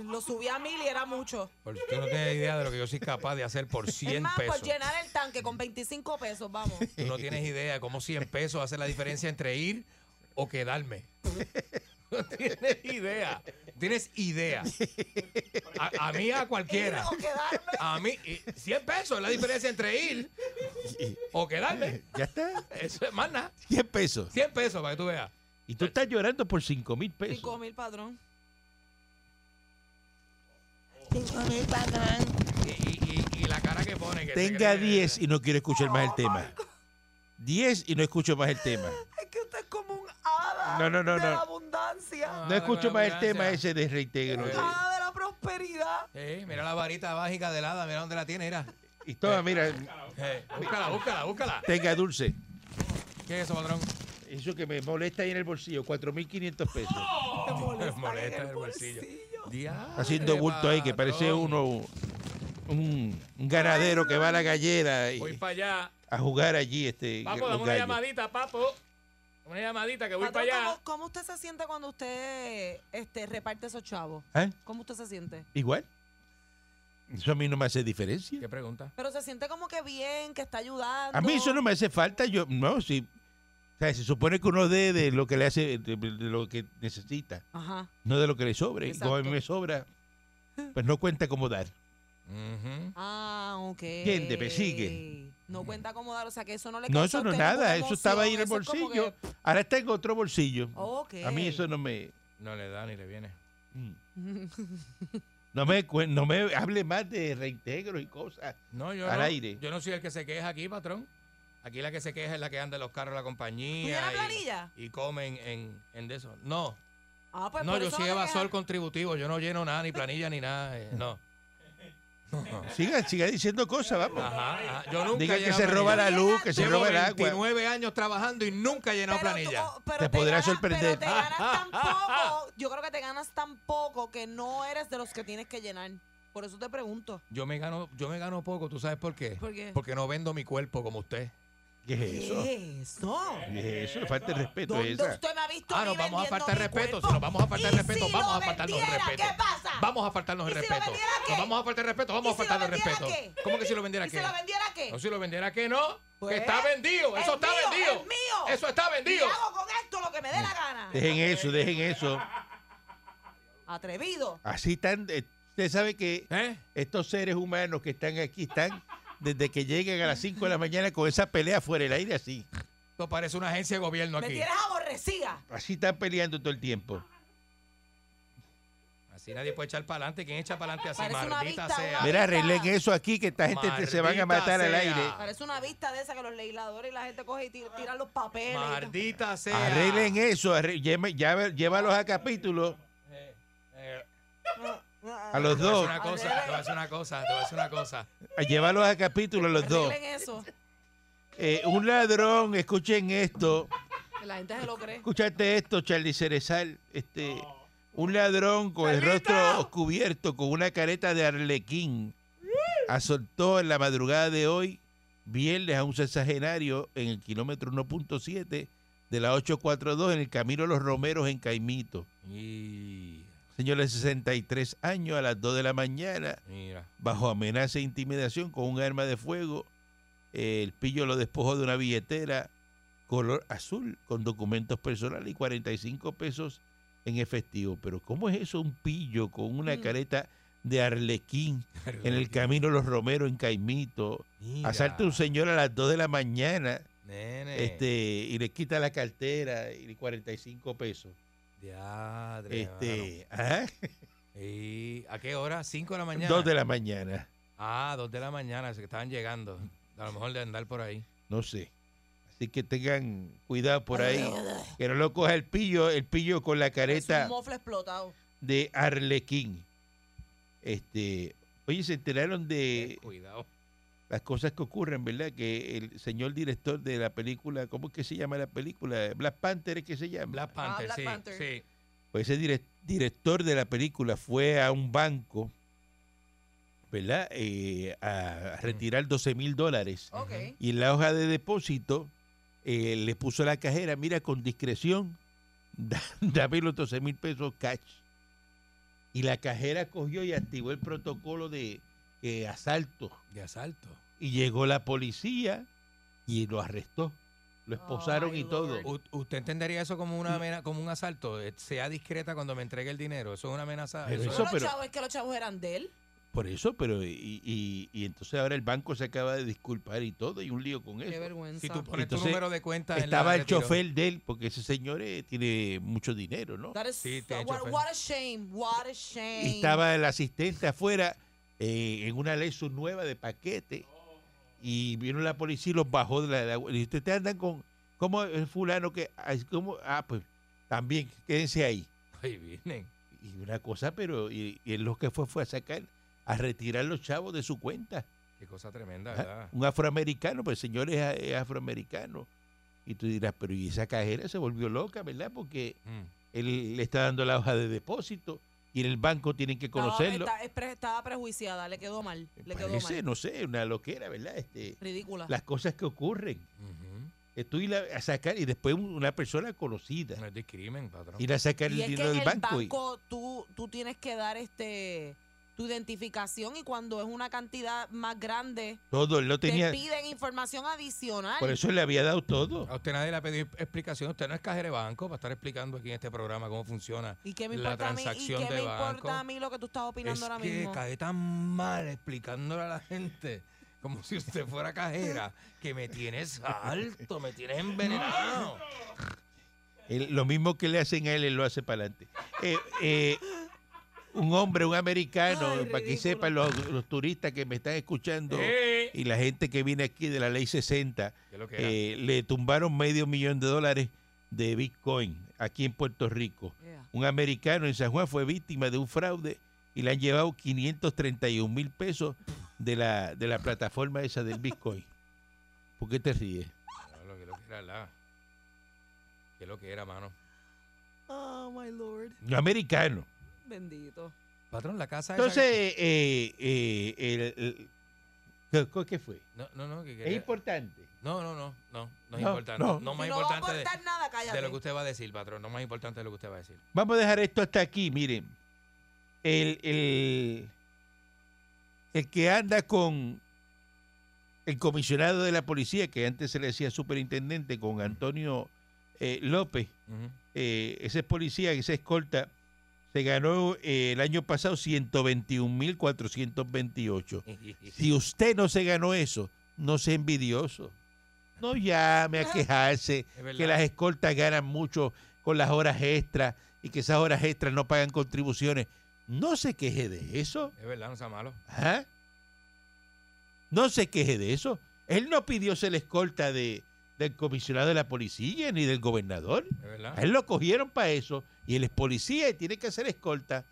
Speaker 3: Lo subí a mil y era mucho.
Speaker 1: Porque Pues tú no tienes idea de lo que yo soy capaz de hacer por 100
Speaker 3: es más, pues,
Speaker 1: pesos.
Speaker 3: por llenar el tanque con 25 pesos, vamos.
Speaker 1: Tú no tienes idea de cómo 100 pesos hace la diferencia entre ir o quedarme. No tienes idea. Tienes idea. A, a mí, a cualquiera.
Speaker 3: O quedarme.
Speaker 1: A mí, y 100 pesos es la diferencia entre ir o quedarme.
Speaker 2: Ya está.
Speaker 1: Eso es más nada.
Speaker 2: 100 pesos.
Speaker 1: 100 pesos para que tú veas.
Speaker 2: Y tú estás llorando por 5 mil
Speaker 3: Cinco
Speaker 2: pesos.
Speaker 3: mil, patrón.
Speaker 1: Y, y- y- y la cara que pone. Que se
Speaker 2: Tenga
Speaker 1: cree-
Speaker 2: 10 y no quiero escuchar más el tema. 10 y no escucho más el tema.
Speaker 3: Es que usted es como un hada
Speaker 2: No, no, no,
Speaker 3: de la
Speaker 2: no.
Speaker 1: Ah,
Speaker 3: abundancia,
Speaker 2: No escucho más el tema ese de reintegro.
Speaker 3: un hada de la prosperidad.
Speaker 1: Sí, mira la varita mágica de helada, mira dónde la tiene, mira.
Speaker 2: Y toma, mira,
Speaker 1: Eh, búscala, búscala, búscala.
Speaker 2: tenga dulce.
Speaker 1: ¿Qué es eso, patrón?
Speaker 2: Eso que me molesta ahí en el bolsillo, 4.500 pesos.
Speaker 3: Te molesta,
Speaker 1: molesta
Speaker 3: en
Speaker 1: en el
Speaker 3: el
Speaker 1: bolsillo.
Speaker 3: bolsillo.
Speaker 1: Diablo,
Speaker 2: Haciendo bulto ahí que parece
Speaker 1: patrón.
Speaker 2: uno un, un ganadero que va a la gallera y-
Speaker 1: Voy para allá.
Speaker 2: a jugar allí este
Speaker 1: Papo,
Speaker 2: los
Speaker 1: dame una
Speaker 2: gallos.
Speaker 1: llamadita, papo. Una llamadita que voy para
Speaker 3: Patrón,
Speaker 1: allá.
Speaker 3: ¿cómo, cómo usted se siente cuando usted este, reparte esos chavos?
Speaker 2: ¿Eh?
Speaker 3: ¿Cómo usted se siente?
Speaker 2: Igual. Eso a mí no me hace diferencia.
Speaker 1: ¿Qué pregunta?
Speaker 3: Pero se siente como que bien, que está ayudando.
Speaker 2: A mí eso no me hace falta. Yo, no, si, o sea, se supone que uno dé de lo que le hace, de, de lo que necesita,
Speaker 3: Ajá.
Speaker 2: no de lo que le sobre. Y Como a mí
Speaker 3: Exacto.
Speaker 2: me sobra, pues no cuenta como dar.
Speaker 1: Ujú.
Speaker 3: Ah, ok.
Speaker 2: ¿Quién te persigue?
Speaker 3: No cuenta como dar, o sea que eso no le
Speaker 2: No,
Speaker 3: causó a
Speaker 2: eso no es
Speaker 3: usted ninguna
Speaker 2: nada. Eso estaba ahí en el
Speaker 3: emoción, eso es como
Speaker 2: bolsillo. Ahora está en otro bolsillo.
Speaker 3: que-
Speaker 2: A mí
Speaker 3: Ok.
Speaker 2: eso no me... mm.
Speaker 1: No le da ni le viene.
Speaker 2: No me, cuen- no me hable más de reintegro y cosas.
Speaker 1: No, yo
Speaker 2: Al
Speaker 1: no,
Speaker 2: aire.
Speaker 1: Yo no soy el que se queja aquí, patrón. Aquí la que se queja es la que anda en los carros de la
Speaker 3: ¿Tú tienes
Speaker 1: compañía.
Speaker 3: planilla?
Speaker 1: Y, y comen en, en de eso. No,
Speaker 3: Ah, pues
Speaker 1: no,
Speaker 3: por
Speaker 1: yo
Speaker 3: eso
Speaker 1: soy
Speaker 3: te
Speaker 1: evasor
Speaker 3: quejas.
Speaker 1: contributivo. Yo no lleno nada, ni planilla, ni nada. eh, No.
Speaker 2: Siga, siga diciendo cosas, vamos.
Speaker 1: Ajá, ajá. Yo nunca
Speaker 2: Diga
Speaker 1: he
Speaker 2: que
Speaker 1: llenado
Speaker 2: se roba
Speaker 1: planilla.
Speaker 2: la luz, que se
Speaker 1: Llevo
Speaker 2: roba el agua.
Speaker 1: 29 años trabajando y nunca he llenado
Speaker 3: Pero tú- oh.
Speaker 1: planilla.
Speaker 3: pero
Speaker 2: Te podrá
Speaker 3: ganas-
Speaker 2: sorprender.
Speaker 3: Pero te ganas tan poco. Yo creo que te ganas tan poco que no eres de los que tienes que llenar. Por eso te pregunto.
Speaker 1: Yo me gano, yo me gano poco, ¿tú sabes por qué?
Speaker 3: ¿Por qué?
Speaker 1: Porque no vendo mi cuerpo como usted.
Speaker 2: ¿Qué es eso?
Speaker 3: ¿Qué es eso?
Speaker 2: ¿Qué es eso? Falta de respeto
Speaker 3: ¿Dónde
Speaker 2: esa.
Speaker 3: usted me ha visto
Speaker 1: Ah,
Speaker 3: a mí
Speaker 1: nos vamos a
Speaker 3: vendiendo
Speaker 1: faltar
Speaker 3: mi
Speaker 1: respeto,
Speaker 3: cuerpo?
Speaker 1: si nos vamos a faltar
Speaker 3: ¿Y
Speaker 1: respeto,
Speaker 3: si
Speaker 1: vamos
Speaker 3: lo
Speaker 1: a faltarnos el
Speaker 3: vendiera,
Speaker 1: respeto.
Speaker 3: ¿Qué pasa?
Speaker 1: Vamos a faltarnos el
Speaker 3: ¿Y si lo
Speaker 1: respeto.
Speaker 3: vendiera qué?
Speaker 1: Nos vamos a faltar el respeto, vamos
Speaker 3: ¿Y si lo
Speaker 1: a faltarnos el respeto.
Speaker 3: vendiera qué?
Speaker 1: ¿Cómo que si lo vendiera
Speaker 3: ¿Y
Speaker 1: qué?
Speaker 3: si lo vendiera qué?
Speaker 1: No, si lo vendiera qué no.
Speaker 3: Pues,
Speaker 1: que está vendido,
Speaker 3: es
Speaker 1: eso está
Speaker 3: mío,
Speaker 1: vendido.
Speaker 3: es mío.
Speaker 1: Eso está vendido.
Speaker 3: Y hago con esto lo que me dé la gana.
Speaker 2: Dejen eso, dejen eso.
Speaker 3: Atrevido.
Speaker 2: Así tan. eh, Usted sabe que
Speaker 1: ¿Eh?
Speaker 2: estos seres humanos que están aquí están desde que llegan a las 5 de la mañana con esa pelea fuera del aire, así.
Speaker 1: Esto parece una agencia de gobierno
Speaker 3: Me
Speaker 1: aquí.
Speaker 3: tienes aborrecida.
Speaker 2: Así están peleando todo el tiempo.
Speaker 1: Así nadie puede echar para adelante. ¿Quién echa para adelante así?
Speaker 3: Parece una
Speaker 1: Maldita
Speaker 3: vista,
Speaker 1: sea.
Speaker 3: una-
Speaker 2: Mira, arreglen eso aquí, que esta gente te- se van a
Speaker 1: Maldita
Speaker 2: matar al
Speaker 1: sea.
Speaker 2: aire.
Speaker 3: Parece una vista de esa que los legisladores y la gente coge y ti- tiran los papeles. y todo.
Speaker 1: Maldita sea.
Speaker 2: Arreglen eso, arre- lleme- llave- llévalos a capítulo,
Speaker 1: Eh,
Speaker 3: Ah,
Speaker 2: a los
Speaker 1: te voy a decir
Speaker 2: dos,
Speaker 1: una cosa, te voy a decir una cosa, te voy a decir una cosa.
Speaker 2: a llévalos a capítulo a los dos.
Speaker 3: Arreglen eso.
Speaker 2: Eh, un ladrón, escuchen esto.
Speaker 3: que La gente se lo cree.
Speaker 2: Escúchate esto, Charlie Cerezal. Este, Un ladrón con el rostro cubierto con una careta de arlequín asaltó en la madrugada de hoy, viernes, a un sexagenario en el kilómetro 1.7 de la 842 en el Camino Los Romeros en Caimito.
Speaker 1: Y
Speaker 2: Señor de 63 años, a las 2 de la mañana,
Speaker 1: mira.
Speaker 2: bajo amenaza e intimidación con un arma de fuego. Eh, El pillo lo despojó de una billetera color azul con documentos personales y 45 pesos en efectivo. Pero ¿cómo es eso un pillo con una
Speaker 3: Mm.
Speaker 2: careta de Arlequín, en el camino Los Romeros, en Caimito.
Speaker 1: Mira, Eh.
Speaker 2: Asalta un señor a las 2 de la mañana
Speaker 1: Nene.
Speaker 2: este, y le quita la cartera y 45 pesos.
Speaker 1: Diadre,
Speaker 2: Este, ajá,
Speaker 1: mano. ¿Y a qué hora? ¿Cinco de la mañana?
Speaker 2: 2 de la mañana,
Speaker 1: Ah, dos de la mañana, se que estaban llegando. A lo mejor de andar por ahí.
Speaker 2: no sé. Así que tengan cuidado por ahí. Que no lo coja el pillo, el pillo con la
Speaker 3: Es un
Speaker 2: careta
Speaker 3: mofle explotado.
Speaker 2: de Arlequín. Este, oye, se enteraron
Speaker 1: Ten
Speaker 2: de
Speaker 1: Cuidado.
Speaker 2: las cosas que ocurren, ¿verdad? Que el señor director de la película, ¿cómo es que se llama la película? Black Panther es que se llama.
Speaker 1: Black Panther,
Speaker 3: Black
Speaker 1: sí,
Speaker 3: Panther.
Speaker 1: sí.
Speaker 2: Pues ese direc- director de la película fue a un banco, ¿verdad? Eh, a retirar 12 mil dólares.
Speaker 3: Ok.
Speaker 2: Y en la hoja de depósito eh, le puso a la cajera, mira, con discreción, da- dame los 12 mil pesos cash. Y la cajera cogió y activó el protocolo de eh, asalto.
Speaker 1: De asalto.
Speaker 2: Y llegó la policía y lo arrestó. Lo esposaron
Speaker 3: my
Speaker 2: y todo.
Speaker 3: Lord.
Speaker 1: U- ¿Usted entendería eso como
Speaker 2: Mm.
Speaker 1: una amena- como un asalto? Eh, Sea discreta cuando me entregue el dinero. Eso es una amenaza.
Speaker 2: Pero
Speaker 1: eso
Speaker 3: Pero
Speaker 2: eso-
Speaker 3: los
Speaker 2: pero-
Speaker 3: chavos, es que los chavos eran de él.
Speaker 2: Por eso, pero y, y- y entonces ahora el banco se acaba de disculpar y todo, y un lío con
Speaker 3: Qué
Speaker 2: eso.
Speaker 3: vergüenza.
Speaker 1: Si tú pones
Speaker 2: Entonces,
Speaker 1: tu número de cuenta. en la
Speaker 2: Estaba
Speaker 1: de
Speaker 2: el
Speaker 1: retiro.
Speaker 2: chofer de él, porque ese señor eh, tiene mucho dinero, ¿no?
Speaker 3: That is
Speaker 1: Sí, te he hecho
Speaker 3: what,
Speaker 1: ofender.
Speaker 3: what a shame, what a shame.
Speaker 2: Y estaba el asistente afuera eh, en una Lexus nueva de paquete, y vino la policía y los bajó de la... de la- y dice, ustedes andan con... ¿Cómo es fulano que...? ay, ¿cómo? Ah, pues también, quédense ahí.
Speaker 1: Ahí vienen.
Speaker 2: Y una cosa, pero... Y, y él lo que fue fue a sacar, a retirar los chavos de su cuenta.
Speaker 1: Qué cosa tremenda,
Speaker 2: Ajá,
Speaker 1: ¿verdad?
Speaker 2: Un afroamericano, pues el señor es, a- es afroamericano. Y tú dirás, pero y esa cajera se volvió loca, ¿verdad? Porque
Speaker 1: Mm.
Speaker 2: él le está dando la hoja de depósito y en el banco tienen que conocerlo.
Speaker 3: Estaba, está- es pre- estaba prejuiciada, le quedó mal. Le quedó
Speaker 2: Parece,
Speaker 3: mal. Ah.
Speaker 2: no sé, una loquera, ¿verdad? Este,
Speaker 3: Ridícula.
Speaker 2: las cosas que ocurren.
Speaker 1: Ujú.
Speaker 2: Eh, Tú y la, a sacar, y después un- una persona conocida,
Speaker 1: No es discrimen, patrón.
Speaker 2: ir a sacar
Speaker 3: y
Speaker 2: el
Speaker 3: es que
Speaker 2: dinero
Speaker 3: en
Speaker 2: del
Speaker 3: el
Speaker 2: banco.
Speaker 3: banco,
Speaker 2: y-
Speaker 3: tú, tú tienes que dar este tu identificación y cuando es una cantidad más grande
Speaker 2: todo, él lo tenía.
Speaker 3: te piden información adicional.
Speaker 2: Por eso le había dado todo.
Speaker 1: A usted nadie le ha pedido explicación. Usted no es cajero de banco para estar explicando aquí en este programa cómo funciona.
Speaker 3: ¿Y qué me
Speaker 1: la
Speaker 3: importa a mí? ¿Y
Speaker 1: transacción
Speaker 3: qué me
Speaker 1: de banco.
Speaker 3: importa a mí lo que tú estás opinando
Speaker 1: es
Speaker 3: ahora
Speaker 1: que
Speaker 3: mismo?
Speaker 1: cae tan mal explicándole a la gente. Como si usted fuera cajera, que me tienes alto, me tienes envenenado.
Speaker 2: Él- lo mismo que le hacen a él, él lo hace para adelante. Eh, eh, un hombre, un americano,
Speaker 3: Ay,
Speaker 2: para que
Speaker 3: ridículo.
Speaker 2: sepan los, los turistas que me están escuchando
Speaker 1: Eh.
Speaker 2: y la gente que viene aquí de la ley 60,
Speaker 1: ¿Qué es lo que era?
Speaker 2: eh, le tumbaron medio millón de dólares de Bitcoin aquí en Puerto Rico.
Speaker 3: Yeah.
Speaker 2: Un americano en San Juan fue víctima de un fraude y le han llevado 531 mil pesos de la, de la plataforma esa del Bitcoin. ¿Por qué te ríes?
Speaker 1: Diablo, ¿Qué es lo que era, la? ¿Qué es lo que era, mano?
Speaker 3: Oh my lord,
Speaker 2: Un americano.
Speaker 3: bendito.
Speaker 1: Patrón, la casa esa
Speaker 2: Entonces,
Speaker 1: que-
Speaker 2: eh, eh, el- el- ¿qué- co- ¿qué fue?
Speaker 1: No, no, no. que
Speaker 2: Es
Speaker 1: quería-
Speaker 2: importante.
Speaker 1: No, no, no, no, no es
Speaker 2: No,
Speaker 1: importante.
Speaker 2: no.
Speaker 1: No, más
Speaker 3: Si no va a
Speaker 1: importante de,
Speaker 3: aportar nada, cállate.
Speaker 1: de lo que usted va a decir, patrón. No más importante de lo que usted va a decir.
Speaker 2: Vamos a dejar esto hasta aquí, miren. El, el, el que anda con el comisionado de la policía, que antes se le decía superintendente, con Antonio eh, López,
Speaker 1: Ujú.
Speaker 2: eh, ese policía, esa escolta, se ganó eh, el año pasado 121.428. Si usted no se ganó eso, no sea envidioso. No llame a quejarse
Speaker 1: Es verdad.
Speaker 2: que las escoltas ganan mucho con las horas extras y que esas horas extras no pagan contribuciones. No se queje de eso.
Speaker 1: Es verdad, no sea malo.
Speaker 2: Ajá. No se queje de eso. Él no pidió ser la escolta de, del comisionado de la policía ni del gobernador.
Speaker 1: Es verdad.
Speaker 2: A él lo cogieron para eso y él es policía y tiene que hacer escolta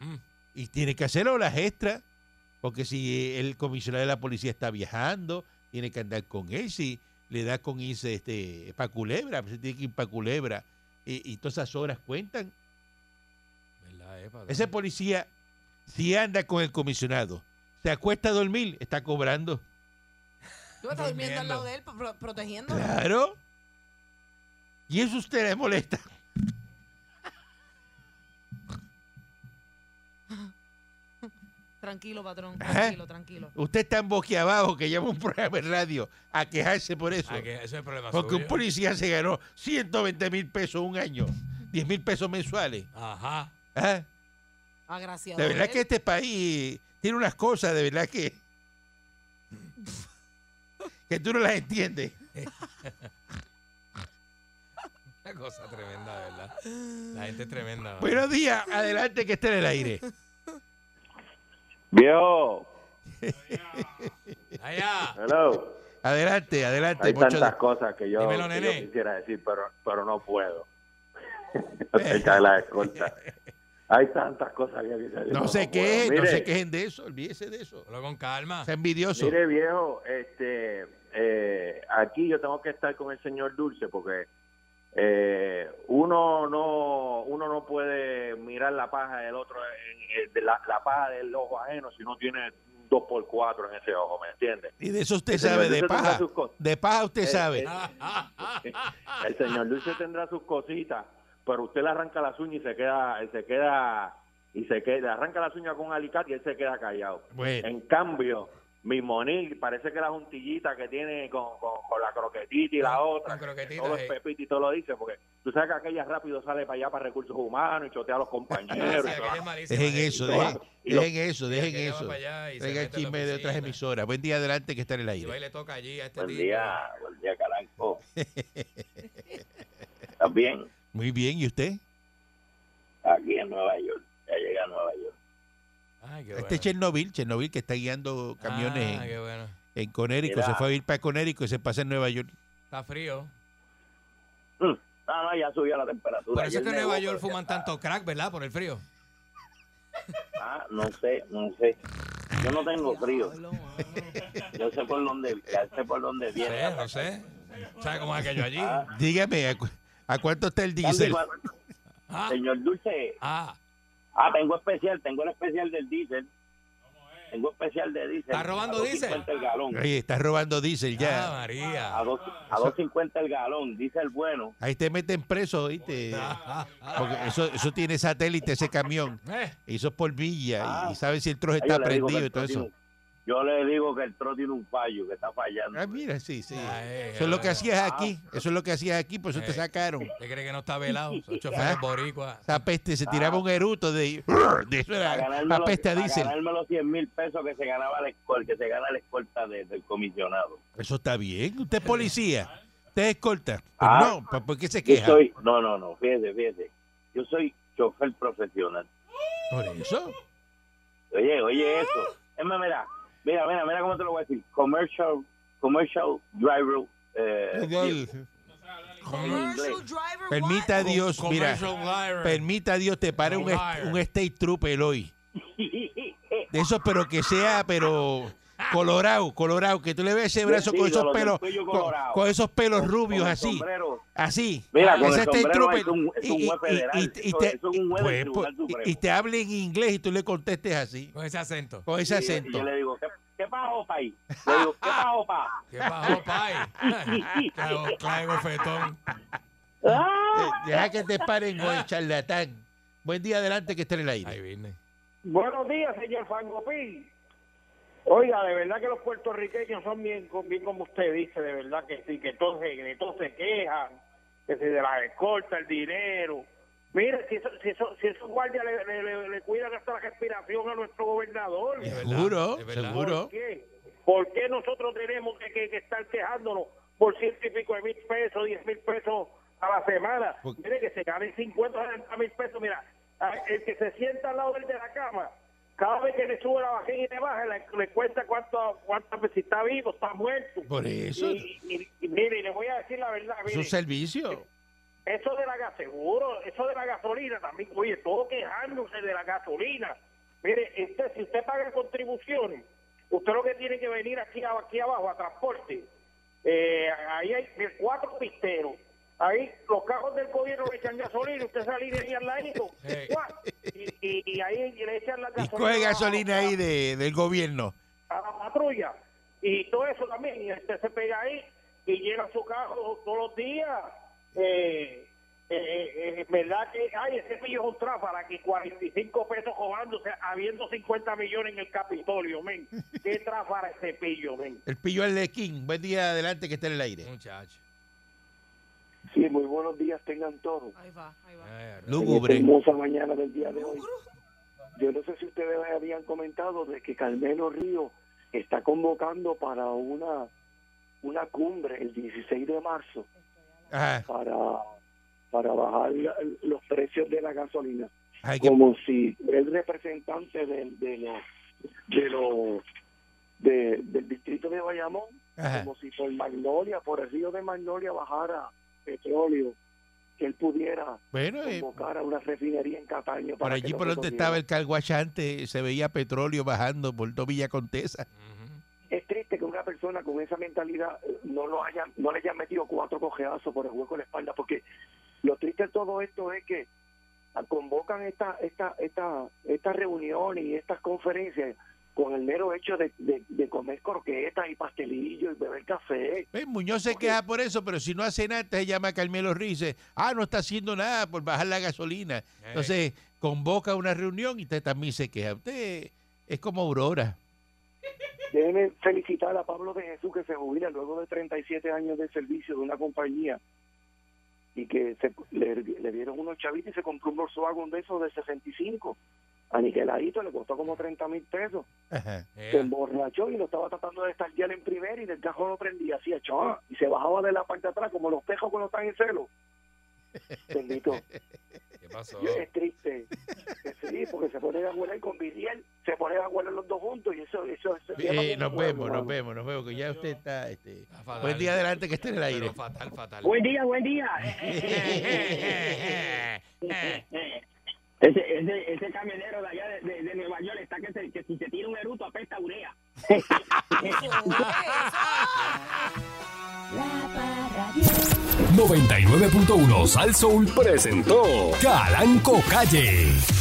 Speaker 1: Mm.
Speaker 2: y tiene que hacer horas extras, porque si el comisionado de la policía está viajando, tiene que andar con él, si le da con irse este, para culebra, pues, tiene que ir para culebra, y, y todas esas horas cuentan.
Speaker 1: Verdad, eh, patrón.
Speaker 2: Ese policía, si anda con el comisionado, se acuesta a dormir, está cobrando.
Speaker 3: Tú estás durmiendo al
Speaker 1: durmiendo.
Speaker 3: lado de él, pro- protegiéndolo.
Speaker 2: Claro. Y eso a usted le molesta.
Speaker 3: Tranquilo, patrón.
Speaker 2: Ajá.
Speaker 3: Tranquilo, tranquilo.
Speaker 2: Usted está en boquiabajo que lleva un programa de radio a quejarse por eso.
Speaker 1: Ah, que ese es el problema
Speaker 2: Porque un
Speaker 1: suyo.
Speaker 2: policía se ganó 120 mil pesos un año, 10 mil pesos mensuales.
Speaker 1: Ajá.
Speaker 2: ¿ah?
Speaker 3: Agraciado.
Speaker 2: De verdad
Speaker 3: él.
Speaker 2: que este país tiene unas cosas, de verdad que. que tú no las entiendes.
Speaker 1: Una cosa tremenda, de ¿verdad? La gente es tremenda. ¿verdad?
Speaker 2: Buenos días, adelante que esté en el aire.
Speaker 6: Viejo,
Speaker 1: Allá.
Speaker 6: hello.
Speaker 2: Adelante, adelante.
Speaker 6: Hay
Speaker 2: mucho
Speaker 6: tantas cosas que yo,
Speaker 1: Dímelo,
Speaker 6: que yo
Speaker 1: nene.
Speaker 6: quisiera decir, pero, pero no puedo. Acerca de la escolta. Hay tantas cosas que yo quisiera decir.
Speaker 2: No sé
Speaker 6: puedo.
Speaker 2: qué, no
Speaker 6: Mire,
Speaker 2: se quejen de eso, olvídese de eso.
Speaker 1: Solo con calma.
Speaker 2: Es envidioso.
Speaker 6: Mire, viejo, este, eh, aquí yo tengo que estar con el señor Dulce porque eh, uno no uno no puede mirar la paja del otro, en- en- de la, la paja del ojo ajeno si no tiene dos por cuatro en ese ojo, ¿me entiendes?
Speaker 2: Y de eso usted
Speaker 6: El señor
Speaker 2: sabe, de
Speaker 6: Dulce tendrá
Speaker 2: paja.
Speaker 6: sus cosas. Eh,
Speaker 2: De paja usted sabe.
Speaker 1: Ah,
Speaker 6: El señor Dulce tendrá sus cositas, pero usted le arranca las uñas y se queda, y se queda, y se queda, le arranca las uñas con un alicate y él se queda callado.
Speaker 1: Eh.
Speaker 2: Bueno,
Speaker 6: En cambio, mi Monil parece que la juntillita que tiene con, con- con la croquetita y la otra,
Speaker 1: Con croquetita,
Speaker 6: todo
Speaker 1: eh.
Speaker 6: es pepito y todo lo dice, porque tú sabes que aquella rápido sale para allá para recursos humanos y chotea a los
Speaker 1: Sí,
Speaker 6: compañeros. y
Speaker 1: aquella
Speaker 6: toda
Speaker 1: es
Speaker 6: la-
Speaker 1: malísima,
Speaker 2: dejen
Speaker 1: eh.
Speaker 2: eso,
Speaker 6: y lo-
Speaker 2: dejen,
Speaker 6: y lo-
Speaker 2: dejen eso, dejen
Speaker 1: aquella va
Speaker 2: eso.
Speaker 1: para allá y se
Speaker 2: Venga el
Speaker 1: mete en la
Speaker 2: chisme de otras
Speaker 1: oficina.
Speaker 2: emisoras. Buen día, adelante que está en el
Speaker 1: Y
Speaker 2: aire.
Speaker 1: va y le toca allí a este
Speaker 6: Buen
Speaker 1: tipo.
Speaker 6: día, buen día, Calanco. ¿Estás bien?
Speaker 2: Muy bien, ¿y usted?
Speaker 6: Aquí en Nueva York. Ya llegué a Nueva York.
Speaker 1: Ay, qué
Speaker 2: Este es
Speaker 1: bueno.
Speaker 2: Chernobyl, Chernobyl que está guiando camiones
Speaker 1: Ah,
Speaker 2: en,
Speaker 1: qué bueno.
Speaker 2: en Connecticut. Se
Speaker 6: Mira.
Speaker 2: fue a vivir para Connecticut y se pasa en Nueva York.
Speaker 1: Está frío.
Speaker 6: No, Mm. Ah, no, ya subió la temperatura.
Speaker 1: Por eso
Speaker 6: Ayer
Speaker 1: es que en
Speaker 6: nevó,
Speaker 1: Nueva York
Speaker 6: pero ya
Speaker 1: fuman
Speaker 6: está.
Speaker 1: tanto crack, ¿verdad? Por el frío.
Speaker 6: Ah, no sé, no sé. Yo no tengo frío.
Speaker 3: Diablo, mano.
Speaker 6: Yo sé por dónde, ya sé por dónde
Speaker 1: No
Speaker 6: viene.
Speaker 1: sé, no sé. ¿Sabes cómo es aquello allí?
Speaker 6: Ah.
Speaker 2: Dígame, ¿a, cu- a cuánto está el
Speaker 6: Candy,
Speaker 2: diésel?
Speaker 6: pa-
Speaker 1: Ah,
Speaker 6: Señor Dulce,
Speaker 1: ah,
Speaker 6: ah, tengo especial, tengo el especial del diésel. Tengo especial de diésel.
Speaker 1: ¿Está robando
Speaker 6: A 2.50
Speaker 1: diésel?
Speaker 6: el galón.
Speaker 2: Oye, estás robando diésel
Speaker 1: ah,
Speaker 2: ya.
Speaker 6: A
Speaker 1: María.
Speaker 6: dos- a 2.50 el galón, diésel bueno.
Speaker 2: Ahí te meten preso, ¿oíste?
Speaker 1: Ah, ah,
Speaker 2: Porque eso, eso tiene satélite, ese camión.
Speaker 1: ah. Eh,
Speaker 2: Y eso es por villa.
Speaker 6: Ah.
Speaker 2: Y, y sabes si el trozo
Speaker 6: Ya
Speaker 2: está
Speaker 6: yo le digo que
Speaker 2: prendido y todo
Speaker 6: el tro
Speaker 2: eso.
Speaker 6: tiene- Yo le digo que el tro tiene un fallo, que está fallando.
Speaker 2: Ah, mira, sí, sí.
Speaker 1: Ah, eh,
Speaker 2: Eso es lo que
Speaker 1: eh.
Speaker 2: hacías aquí. Eso es lo que hacías aquí, por eso te
Speaker 1: Eh.
Speaker 2: sacaron.
Speaker 1: ¿Usted cree que no está velado? Son choferes
Speaker 2: Ah.
Speaker 1: boricuas.
Speaker 2: Esa peste se tiraba un eruto de, de eso
Speaker 6: Ah. Para
Speaker 2: era
Speaker 6: ganarme
Speaker 2: la
Speaker 6: los-
Speaker 2: peste a
Speaker 6: para
Speaker 2: diésel.
Speaker 6: ganarme los 100 mil pesos que se ganaba la escolta, que se gana la escolta de- del comisionado.
Speaker 2: Eso está bien. Usted es policía. Usted es escolta. Pero
Speaker 6: Ah.
Speaker 2: no, ¿pa- ¿por qué se
Speaker 6: Yo
Speaker 2: queja?
Speaker 6: soy, no, no, no, fíjese, fíjese. Yo soy chofer profesional.
Speaker 2: Por eso.
Speaker 6: Oye, oye eso. Es más, mira, mira, mira, mira cómo te lo voy a decir. Commercial, commercial driver. Eh,
Speaker 3: Commercial driver,
Speaker 2: Permita a
Speaker 3: what?
Speaker 2: Dios, mira,
Speaker 1: Mm. Commercial driver.
Speaker 2: permita a Dios te pare un, est- un state trooper hoy. De esos, pero que sea, pero colorado, colorado, que tú le veas ese brazo con
Speaker 6: Bendito,
Speaker 2: esos
Speaker 6: los del
Speaker 2: pelos,
Speaker 6: cuello
Speaker 2: con,
Speaker 6: colorado.
Speaker 2: con esos pelos
Speaker 6: con-
Speaker 2: rubios
Speaker 6: con el
Speaker 2: así,
Speaker 6: sombrero.
Speaker 2: así. Ah,
Speaker 6: Mira, con
Speaker 2: Ese
Speaker 6: el
Speaker 2: state
Speaker 6: sombrero
Speaker 2: trooper,
Speaker 6: es un- es un
Speaker 2: y-
Speaker 6: juez
Speaker 2: y-
Speaker 6: federal,
Speaker 2: y- y
Speaker 6: eso-
Speaker 2: te-
Speaker 6: eso es un juez del
Speaker 2: pues,
Speaker 6: Tribunal
Speaker 2: pues, y-
Speaker 6: Supremo.
Speaker 2: y te hable en inglés y tú le contestes así,
Speaker 1: Con ese acento.
Speaker 2: con ese
Speaker 6: Y- y
Speaker 2: acento.
Speaker 6: yo le digo, ¿qué, qué pajo, pay? Le digo, ¿qué pajo, pa?
Speaker 1: ¿Qué bajó, pai? Claro, claro, bofetón.
Speaker 2: Eh, Deja que te paren hoy, charlatán. Buen día adelante que esté en el
Speaker 1: Ahí
Speaker 2: aire.
Speaker 1: viene.
Speaker 7: Buenos días, señor Fangopín. Oiga, de verdad que los puertorriqueños son bien, co- bien como usted dice, de verdad que sí, que todos, se- de todos se quejan, que si de las escoltas, el dinero. Mire, si, eso- si, eso- si esos guardias le, le- le- le cuidan hasta la respiración a nuestro gobernador.
Speaker 1: Es verdad,
Speaker 2: Seguro,
Speaker 1: es verdad.
Speaker 2: seguro.
Speaker 7: ¿Por qué? ¿Por qué nosotros tenemos que, que- que estar quejándonos por ciento y pico de mil pesos, diez mil pesos a la semana?
Speaker 2: Por-
Speaker 7: Mire que se ganen 50, 70 mil pesos. Mira, a- el que se sienta al lado del de la cama, cada vez que le sube la vajilla y le baja, le, le cuenta cuánto, cuántas veces está vivo, está muerto.
Speaker 2: Por eso,
Speaker 7: Y, y- y mire, y le voy a decir la verdad.
Speaker 2: es
Speaker 7: mire,
Speaker 2: un servicio.
Speaker 7: eso de la gas seguro, eso de la gasolina también, oye, todo quejándose de la gasolina. Mire, este, si usted paga contribuciones, usted lo que tiene que venir aquí, a- aquí abajo a transporte, eh, ahí hay de cuatro pisteros, ahí los carros del gobierno le echan gasolina, usted se alinea ahí al ladito,
Speaker 1: Hey.
Speaker 7: ¡guau! y, y- y ahí le echan la
Speaker 2: Y
Speaker 7: gasolina.
Speaker 2: coge
Speaker 7: abajo
Speaker 2: gasolina
Speaker 7: a-
Speaker 2: ahí de, del gobierno.
Speaker 7: a la patrulla y todo eso también y usted se pega ahí y llega a su carro todos los días eh, eh, eh, eh, verdad que ay ese pillo es un tráfala que 45 pesos cobrándose habiendo 50 millones en el Capitolio men qué tráfala ese pillo men
Speaker 2: El pillo Arlequín. Buen día adelante que esté en el aire.
Speaker 1: Muchacho.
Speaker 8: Sí, muy buenos días tengan todos.
Speaker 3: Ahí va, ahí va.
Speaker 1: Ay,
Speaker 8: En esta
Speaker 2: Lúgubre.
Speaker 8: hermosa mañana del día de hoy.
Speaker 6: Yo no sé si ustedes habían comentado de que Carmelo Río está convocando para una, una cumbre el 16 de marzo
Speaker 2: Ajá.
Speaker 6: para, para bajar la- los precios de la gasolina.
Speaker 2: Ay, qué-
Speaker 6: Como si el representante del, de los, de los, de- del distrito de Bayamón
Speaker 2: ajá.
Speaker 6: como si por Magnolia, por el río de Magnolia bajara petróleo, que él pudiera
Speaker 2: Bueno, eh,
Speaker 6: convocar a una refinería en Cataño.
Speaker 2: por
Speaker 6: para que
Speaker 2: allí por
Speaker 6: nosotros
Speaker 2: donde estaba el
Speaker 6: viéramos.
Speaker 2: carguachante se veía petróleo bajando por todo Villa Contesa.
Speaker 1: Ujú.
Speaker 6: Es triste que una persona con esa mentalidad eh, no, lo haya, no le hayan metido cuatro cojeazos por el hueco de la espalda, porque lo triste de todo esto es que ah, convocan esta, esta, esta, estas reuniones y estas conferencias con el mero hecho de, de- de comer croquetas y pastelillos y beber café.
Speaker 2: Ven, Muñoz se
Speaker 6: Oye.
Speaker 2: queja por eso, pero si no hace nada, entonces llama a Carmelo Rice. Ah, no está haciendo nada por bajar la gasolina.
Speaker 1: Eh,
Speaker 2: Entonces convoca una reunión y usted también se queja. Usted es como Aurora.
Speaker 6: Déjeme felicitar a Pablo de Jesús que se jubila luego de 37 años de servicio de una compañía y que se- le, le dieron unos chavitos y se compró un Volkswagen de esos de 65. Aniquiladito, le costó como 30 mil pesos.
Speaker 2: Ajá.
Speaker 1: Eh,
Speaker 6: Se emborrachó y lo estaba tratando de estallar en primera y del cajón lo prendía, hacía chá, y se bajaba de la parte de atrás como los pejos cuando están en celo. Bendito.
Speaker 1: ¿Qué pasó?
Speaker 6: Es triste. Sí, porque se pone a jugar con Viriel, se pone a jugar los dos juntos y eso... eso, eso
Speaker 2: Eh, nos vemos, nos
Speaker 6: hermano.
Speaker 2: vemos, nos vemos, que ya usted está... Este,
Speaker 1: Ah, fatal.
Speaker 2: buen día adelante que esté en el
Speaker 1: Pero
Speaker 2: aire.
Speaker 1: fatal, fatal.
Speaker 7: Buen día, buen día. eh,
Speaker 1: Eh, eh,
Speaker 7: Ese, ese, ese camionero de allá de, de- de Nueva York está que, se- que si se tira un eruto apesta a urea.
Speaker 5: La Parradio.
Speaker 9: 99.1 Sal Soul presentó Calanco Calle.